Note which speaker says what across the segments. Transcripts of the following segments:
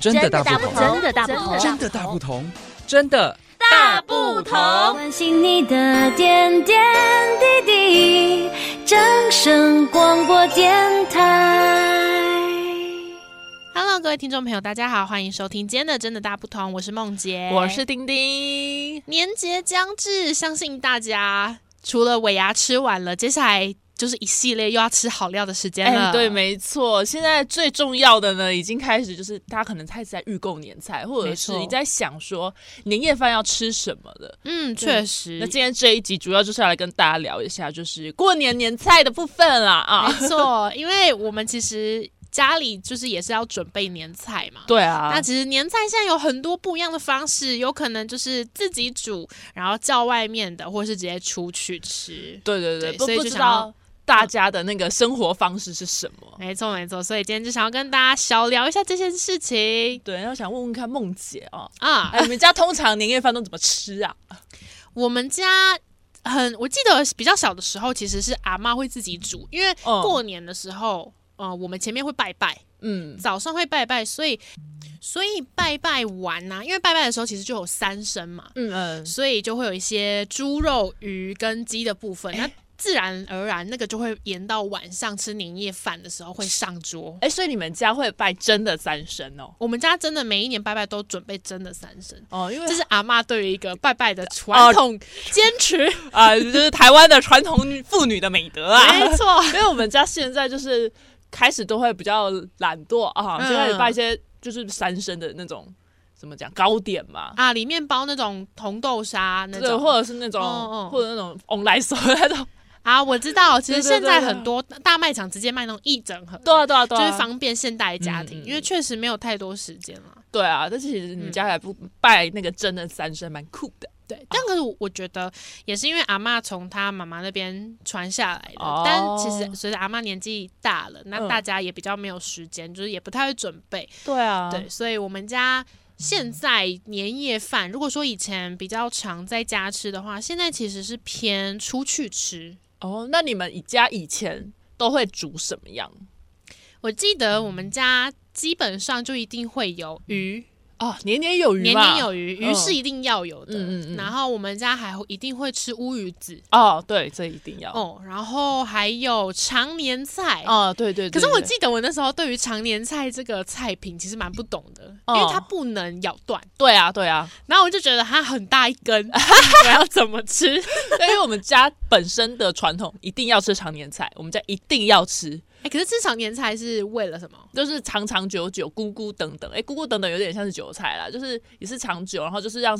Speaker 1: 真的大
Speaker 2: 大
Speaker 1: 不同，
Speaker 2: 真的大不
Speaker 3: 真
Speaker 2: 同，
Speaker 1: 真的大不同，真的
Speaker 2: 大不同。
Speaker 3: 关心你的点点滴滴，掌声广播电台。
Speaker 4: Hello，各位听众朋友，大家好，欢迎收听今天的《真的大不同》，我是梦洁，
Speaker 2: 我是丁丁，
Speaker 4: 年节将至，相信大家除了尾牙吃完了，接下来就是一系列又要吃好料的时间了。
Speaker 2: 哎对，没错。现在最重要的呢，已经开始就是大家可能开始在预购年菜，或者
Speaker 4: 没
Speaker 2: 是
Speaker 4: 错
Speaker 2: 你在想说年夜饭要吃什么了。
Speaker 4: 嗯，确
Speaker 2: 那
Speaker 4: 实，
Speaker 2: 今天这一集主要就是要来跟大家聊一下，就是过年年菜的部分啦啊。
Speaker 4: 没错，因为我们其实家里就是也是要准备年菜嘛。
Speaker 2: 对啊，
Speaker 4: 那其实年菜现在有很多不一样的方式，有可能就是自己煮，然后叫外面的，或是直接出去吃。
Speaker 2: 对对对，
Speaker 4: 对
Speaker 2: 不
Speaker 4: 所以
Speaker 2: 不
Speaker 4: 就
Speaker 2: 知
Speaker 4: 想要
Speaker 2: 道大家的那个生活方式是什么。
Speaker 4: 没错，没错。所以今天就想要跟大家小聊一下这些事情
Speaker 2: 对，然后想问问看梦姐啊，
Speaker 4: 啊。
Speaker 2: 哎，你们家通常年夜饭都怎么吃啊？
Speaker 4: 我们家很，我记得比较小的时候，其实是阿妈会自己煮，因为
Speaker 2: 嗯
Speaker 4: 过年的时候，呃，我们前面会拜拜，
Speaker 2: 嗯，
Speaker 4: 早上会拜拜，所以所以拜拜完啊呐、因为拜拜的时候其实就有三牲嘛，
Speaker 2: 嗯嗯，
Speaker 4: 所以就会有一些猪肉、鱼跟鸡的部分，那自然而然那个就会延到晚上吃年夜饭的时候会上桌。
Speaker 2: 哎，所以你们家会拜真的三牲哦？
Speaker 4: 我们家真的每一年拜拜都准备真的三牲。
Speaker 2: 哦，因为
Speaker 4: 这是阿妈对于一个拜拜的传
Speaker 2: 哦
Speaker 4: 统坚持，
Speaker 2: 啊、就是台湾的传统女妇女的美德啊。
Speaker 4: 没错，
Speaker 2: 因为我们家现在就是开始都会比较懒惰啊，
Speaker 4: 嗯
Speaker 2: 就开始拜一些就是三生的那种怎么讲糕点嘛。
Speaker 4: 啊，里面包那种红豆沙那
Speaker 2: 对，
Speaker 4: 种，
Speaker 2: 或者是那种，
Speaker 4: 嗯嗯
Speaker 2: 或者那种 on 来手那种，
Speaker 4: 啊，我知道，其实
Speaker 2: 对对
Speaker 4: 现在
Speaker 2: 对嗯
Speaker 4: 很多大卖场直接卖那种一整盒，
Speaker 2: 对啊，对啊，对
Speaker 4: 就
Speaker 2: 啊，
Speaker 4: 是方便现代家庭，
Speaker 2: 嗯嗯
Speaker 4: 因为确实没有太多时间了。
Speaker 2: 对啊。但是其实你们家还不拜那个真的三生，蛮酷的
Speaker 4: 对，但可是我我觉得也是因为阿嬷从她妈妈那边传下来的，
Speaker 2: 哦
Speaker 4: 但其实随着阿嬷年纪大了，那
Speaker 2: 嗯
Speaker 4: 大家也比较没有时间，就是也不太会准备，
Speaker 2: 对啊
Speaker 4: 对，所以我们家现在年夜饭，如果说以前比较常在家吃的话，现在其实是偏出去吃。
Speaker 2: 哦，那你们家以前都会煮什么样？
Speaker 4: 我记得我们家基本上就一定会有鱼，
Speaker 2: 哦，年年有余
Speaker 4: 年
Speaker 2: 嘛，
Speaker 4: 年有余，
Speaker 2: 嗯
Speaker 4: 鱼是一定要有的。
Speaker 2: 嗯嗯嗯
Speaker 4: 然后我们家还会一定会吃乌鱼子
Speaker 2: 哦，对，这一定要
Speaker 4: 哦，然后还有常年菜。
Speaker 2: 哦，对对
Speaker 4: 可
Speaker 2: 对
Speaker 4: 是我
Speaker 2: 对
Speaker 4: 记得我那时候对于常年菜这个菜品其实蛮不懂的，
Speaker 2: 哦
Speaker 4: 因为它不能咬断，
Speaker 2: 对啊，对啊，
Speaker 4: 然后我就觉得它很大一 根，我要怎么吃？
Speaker 2: 对，因为我们家本身的传统一定要吃常年菜，我们家一定要吃，
Speaker 4: 哎、可是吃常年菜是为了什么？
Speaker 2: 就是长长久久、咕咕等等。哎，咕咕等等有点像是韭菜啦，就是也是长久，然后就是让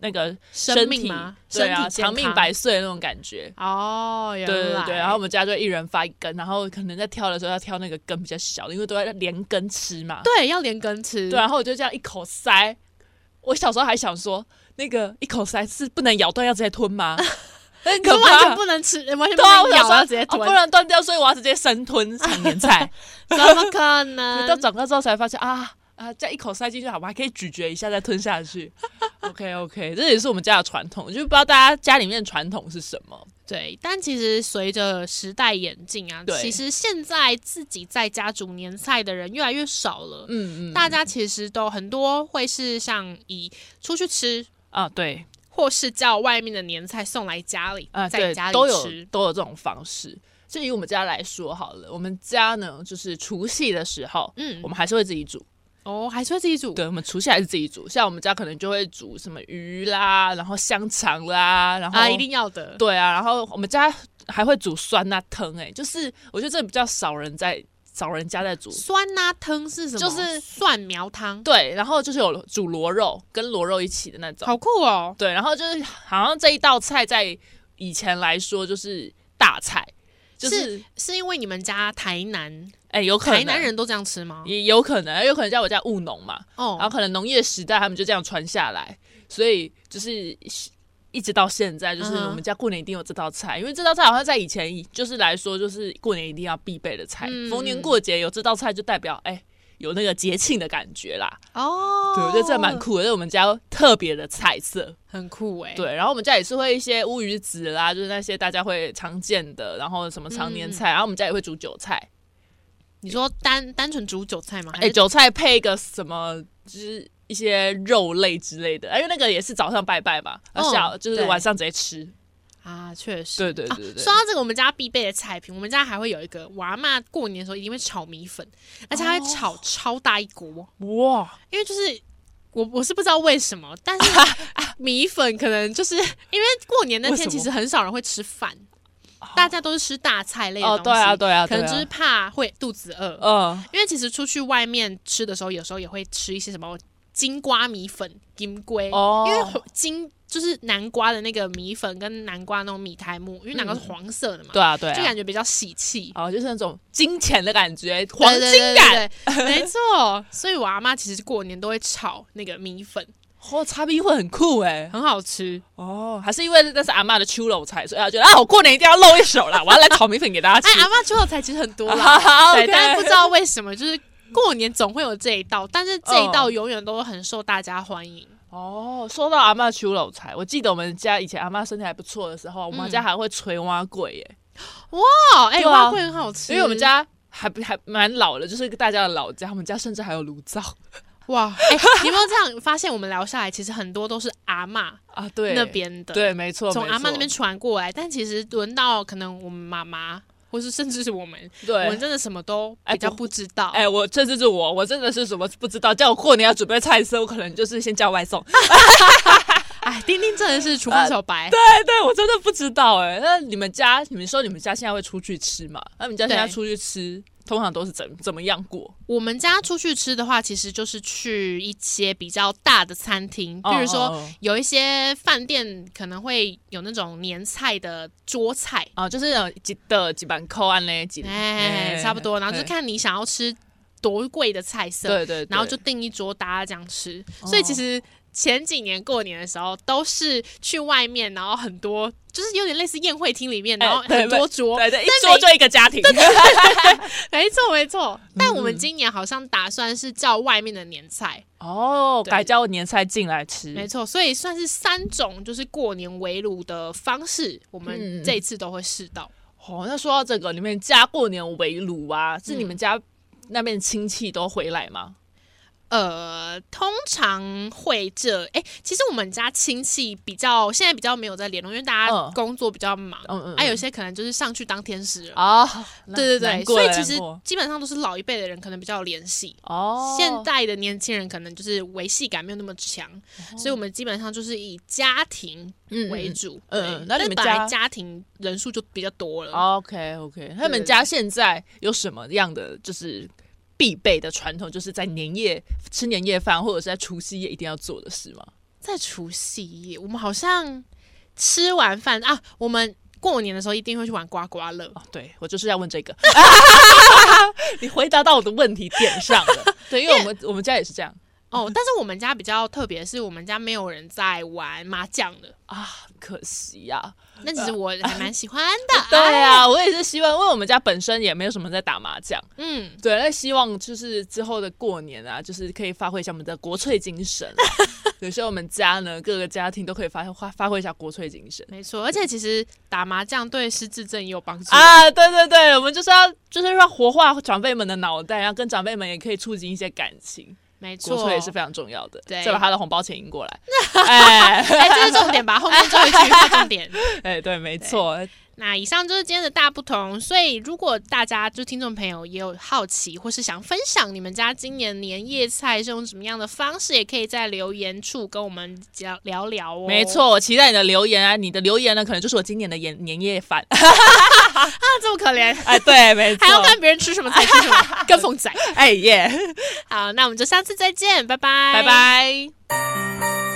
Speaker 2: 那个
Speaker 4: 生命
Speaker 2: 体
Speaker 4: 吗
Speaker 2: 对
Speaker 4: 身
Speaker 2: 啊，
Speaker 4: 体健
Speaker 2: 长命
Speaker 4: 康
Speaker 2: 百岁的那种感觉。
Speaker 4: 哦，原
Speaker 2: 对
Speaker 4: 来
Speaker 2: 对对对，然后我们家就一人发一根，然后可能在挑的时候要挑那个根比较小的，因为都要连根吃嘛。
Speaker 4: 对要连根吃，
Speaker 2: 对，然啊后我就这样一口塞。我小时候还想说，那个一口塞是不能咬断，要直接吞 吗？哎很
Speaker 4: 可
Speaker 2: 可
Speaker 4: 是完
Speaker 2: 怕
Speaker 4: 全。不能吃，完全不
Speaker 2: 对啊，
Speaker 4: 能
Speaker 2: 我
Speaker 4: 咬，
Speaker 2: 想
Speaker 4: 我
Speaker 2: 说
Speaker 4: 要直接
Speaker 2: 哦
Speaker 4: 吞，
Speaker 2: 不然断掉，所以我要直接生吞常年 菜。
Speaker 4: 怎么可
Speaker 2: 对
Speaker 4: 能？
Speaker 2: 到长大之后才发现啊啊，这样一口塞进去好吧，还可以咀嚼一下再吞下去。OK OK，这也是我们家的传统，就是不知道大家家里面的传统是什么。
Speaker 4: 对，但其实随着时代演进啊，
Speaker 2: 对
Speaker 4: 其实现在自己在家煮年菜的人越来越少了。
Speaker 2: 嗯嗯
Speaker 4: 大家其实都很多会是像以出去吃，
Speaker 2: 啊，对
Speaker 4: 或是叫外面的年菜送来家里，
Speaker 2: 啊，
Speaker 4: 在
Speaker 2: 对
Speaker 4: 家，里
Speaker 2: 都有
Speaker 4: 吃。
Speaker 2: 都有这种方式。就以我们家来说好了，我们家呢，就是除夕的时候，
Speaker 4: 嗯
Speaker 2: 我，们还是会自己煮。
Speaker 4: 哦，还是会自己煮。
Speaker 2: 对，我们除夕还是自己煮，像我们家可能就会煮什么鱼啦，然后香肠啦，然后
Speaker 4: 啊，一定要的。
Speaker 2: 对啊，然后我们家还会煮酸辣汤，哎，就是我觉得这比较少人在少人家在煮。
Speaker 4: 酸辣汤是什么？
Speaker 2: 就是
Speaker 4: 蒜苗汤，
Speaker 2: 对，然后就是有煮螺肉跟螺肉一起的那种。
Speaker 4: 好酷哦。
Speaker 2: 对，然后就是好像这一道菜在以前来说就是大菜，就是
Speaker 4: 是因为你们家台南
Speaker 2: 哎、有可能
Speaker 4: 台南人都这样吃吗？
Speaker 2: 也有可能，有可能在我家务农嘛，然后
Speaker 4: 哦，
Speaker 2: 可能农业时代他们就这样传下来，所以就是一直到现在，就是
Speaker 4: 嗯哼
Speaker 2: 我们家过年一定有这道菜，因为这道菜好像在以前就是来说，就是过年一定要必备的菜，
Speaker 4: 嗯
Speaker 2: 逢年过节有这道菜就代表哎、有那个节庆的感觉啦。
Speaker 4: 哦，
Speaker 2: 对，我觉得这蛮，酷的，这是我们家特别的菜色。
Speaker 4: 很酷哎。
Speaker 2: 对，然后我们家也是会一些乌鱼子啦，就是那些大家会常见的，然后什么常年
Speaker 4: 嗯
Speaker 2: 菜，然后我们家也会煮韭菜，
Speaker 4: 你说单单纯煮韭菜吗？还
Speaker 2: 哎、
Speaker 4: 是
Speaker 2: 韭菜配一个什么就是一些肉类之类的，啊因为那个也是早上拜拜嘛，然后下午
Speaker 4: 嗯
Speaker 2: 就是
Speaker 4: 对
Speaker 2: 晚上直接吃。
Speaker 4: 啊，确实。
Speaker 2: 对对对对
Speaker 4: 啊。说到这个，我们家必备的菜品，我们家还会有一个，我阿妈过年的时候一定会炒米粉，而且她
Speaker 2: 哦
Speaker 4: 会炒超大一锅，
Speaker 2: 哇，
Speaker 4: 因为就是。我我是不知道为什么，但是米粉可能就是因为过年那
Speaker 2: 为什
Speaker 4: 天
Speaker 2: 么
Speaker 4: 其实很少人会吃饭，大家都是吃大菜类的
Speaker 2: 哦
Speaker 4: 东西
Speaker 2: 对啊对啊
Speaker 4: 可能
Speaker 2: 对啊
Speaker 4: 就是怕会肚子饿，
Speaker 2: 嗯，
Speaker 4: 因为其实出去外面吃的时候，有时候也会吃一些什么金瓜米粉、金龟，
Speaker 2: 哦
Speaker 4: 因为金就是南瓜的那个米粉跟南瓜那种米苔木，因为南瓜是黄色的嘛，
Speaker 2: 对啊对
Speaker 4: 就
Speaker 2: 啊
Speaker 4: 感，觉比较喜气。
Speaker 2: 哦，就是那种金钱的感觉，黄金感。
Speaker 4: 对，对对对对没错。所以我阿妈其实过年都会炒那个米粉，
Speaker 2: 哦，叉 B 会很酷哎。
Speaker 4: 很好吃。
Speaker 2: 哦，还是因为那是阿嬷的秋楼菜，所以她觉得啊，我过年一定要露一手啦，我要来炒米粉给大家
Speaker 4: 哎，
Speaker 2: 吃
Speaker 4: 阿。妈做的菜其实很啊多
Speaker 2: 好
Speaker 4: 啦，对，
Speaker 2: OK
Speaker 4: 但是不知道为什么，就是过年总会有这一道，但是这一道
Speaker 2: 哦
Speaker 4: 永远都很受大家欢迎。
Speaker 2: 哦，说到阿嬷秋楼菜，我记得我们家以前阿嬷身体还不错的时候，我们
Speaker 4: 嗯
Speaker 2: 家还会捶蛙柜耶，
Speaker 4: 哦，哎，
Speaker 2: 对啊
Speaker 4: 蛙桂很好吃，
Speaker 2: 因为我们家还不还蛮老的，就是大家的老家，我们家甚至还有炉灶
Speaker 4: 哇， 哎、你有没有这样发现？我们聊下来，其实很多都是阿嬷
Speaker 2: 啊，对，
Speaker 4: 那边的，，
Speaker 2: 对，没错，
Speaker 4: 从
Speaker 2: 哦没
Speaker 4: 阿嬷那
Speaker 2: 错
Speaker 4: 边传过来。但其实轮到可能我们妈妈，或是甚至是我们，我们
Speaker 2: 对。
Speaker 4: 真的什么都
Speaker 2: 哎
Speaker 4: 比较
Speaker 2: 不
Speaker 4: 不知道。
Speaker 2: 哎、我这就是我，我真的是什么不知道。叫我过年要准备菜色，我可能就是先叫外送。
Speaker 4: 哎，丁丁真的是厨房小白，
Speaker 2: 呃对哎对，我真的不知道哎、那你们家，你们说你们家现在会出去吃嘛？那你们家现在
Speaker 4: 对
Speaker 2: 出去吃，通常都是怎怎么样过？
Speaker 4: 我们家出去吃的话，其实就是去一些比较大的餐厅，比如
Speaker 2: 哦哦
Speaker 4: 说
Speaker 2: 哦
Speaker 4: 有一些饭店可能会有那种年菜的桌菜，
Speaker 2: 啊，就是那种几的几板扣案嘞，几
Speaker 4: 哎，差不多。然后就
Speaker 2: 哎
Speaker 4: 看你想要吃多贵的菜色，
Speaker 2: 对对，对哦
Speaker 4: 然后就订一桌大家这样吃。所以其实前几年过年的时候，都是去外面，然后很多就是有点类似宴会厅里面，
Speaker 2: 哎
Speaker 4: 然后很多桌。
Speaker 2: 对对，一
Speaker 4: 但
Speaker 2: 桌
Speaker 4: 每
Speaker 2: 就一个家庭，
Speaker 4: 没错没错。
Speaker 2: 嗯
Speaker 4: 但我们今年好像打算是叫外面的年菜，
Speaker 2: 哦，
Speaker 4: 对
Speaker 2: 改叫年菜进来吃，
Speaker 4: 没错，所以算是三种就是过年围炉的方式，我
Speaker 2: 嗯
Speaker 4: 们这一次都会试到。
Speaker 2: 哦，那说到这个，你们家过年围炉啊，是你们家那边亲戚都回来吗？
Speaker 4: 呃，通常会这哎、其实我们家亲戚比较现在比较没有在联络，因为大家
Speaker 2: 嗯
Speaker 4: 工作比较忙，
Speaker 2: 嗯嗯
Speaker 4: 啊，
Speaker 2: 嗯
Speaker 4: 有些可能就是上去当天使了。
Speaker 2: 啊、
Speaker 4: 对对
Speaker 2: 难
Speaker 4: 对，
Speaker 2: 过
Speaker 4: 所以
Speaker 2: 了
Speaker 4: 其
Speaker 2: 难
Speaker 4: 实
Speaker 2: 过
Speaker 4: 基本上都是老一辈的人可能比较有联系。
Speaker 2: 哦，
Speaker 4: 现代的年轻人可能就是维系感没有那么强，
Speaker 2: 哦
Speaker 4: 所以我们基本上就是以家庭
Speaker 2: 嗯嗯
Speaker 4: 为
Speaker 2: 嗯
Speaker 4: 主。
Speaker 2: 嗯
Speaker 4: 对
Speaker 2: 嗯那你
Speaker 4: 但
Speaker 2: 们
Speaker 4: 本来
Speaker 2: 家哦
Speaker 4: 家庭人数就比较多了。
Speaker 2: OK OK，他们家现在有什么样的就是必备的传统，就是在年夜吃年夜饭或者是在除夕夜一定要做的事吗？
Speaker 4: 在除夕夜，我们好像吃完饭啊，我们过年的时候一定会去玩刮刮乐。
Speaker 2: 哦，对我就是要问这个， 你回答到我的问题点上了。 对，因为我们我们家也是这样
Speaker 4: 哦，但是我们家比较特别，是我们家没有人在玩麻将 的，
Speaker 2: 啊，可惜啊呀、
Speaker 4: 那其实我还蛮喜欢 的。
Speaker 2: 对
Speaker 4: 哎，
Speaker 2: 啊，我也是希望，因为我们家本身也没有什么在打麻 将，
Speaker 4: 嗯，
Speaker 2: 对，那希望就是之后的过年啊，就是可以发挥一下我们的国粹精 神啊。有时候我们家呢，各个家庭都可以发发发挥一下国粹精神
Speaker 4: 没错，而且其实打麻将对失智症也有帮助。
Speaker 2: 啊！对对对，我们就是要就是要活化长辈们的脑袋，然后跟长辈们也可以促进一些感情，
Speaker 4: 没错
Speaker 2: 国，粹也是非常重要的。
Speaker 4: 对
Speaker 2: 再把他的红包钱赢过 来。哎
Speaker 4: 哎，这是重点吧？后面最后一句话重点。
Speaker 2: 哎，对，没错，
Speaker 4: 那以上就是今天的大不同，所以如果大家就听众朋友也有好奇，或是想分享你们家今年年夜菜是用什么样的方式，也可以在留言处跟我们聊聊聊哦。
Speaker 2: 没，错。我期待你的留言啊，你的留言呢，可能就是我今年的年年夜 饭。
Speaker 4: 那这么可怜，
Speaker 2: 哎，对，没错
Speaker 4: 还。要看别人吃什么才吃 什么，跟风仔。
Speaker 2: 哎耶，
Speaker 4: 好，那我们就下次再见，拜
Speaker 2: 拜。
Speaker 4: 拜，
Speaker 2: 拜。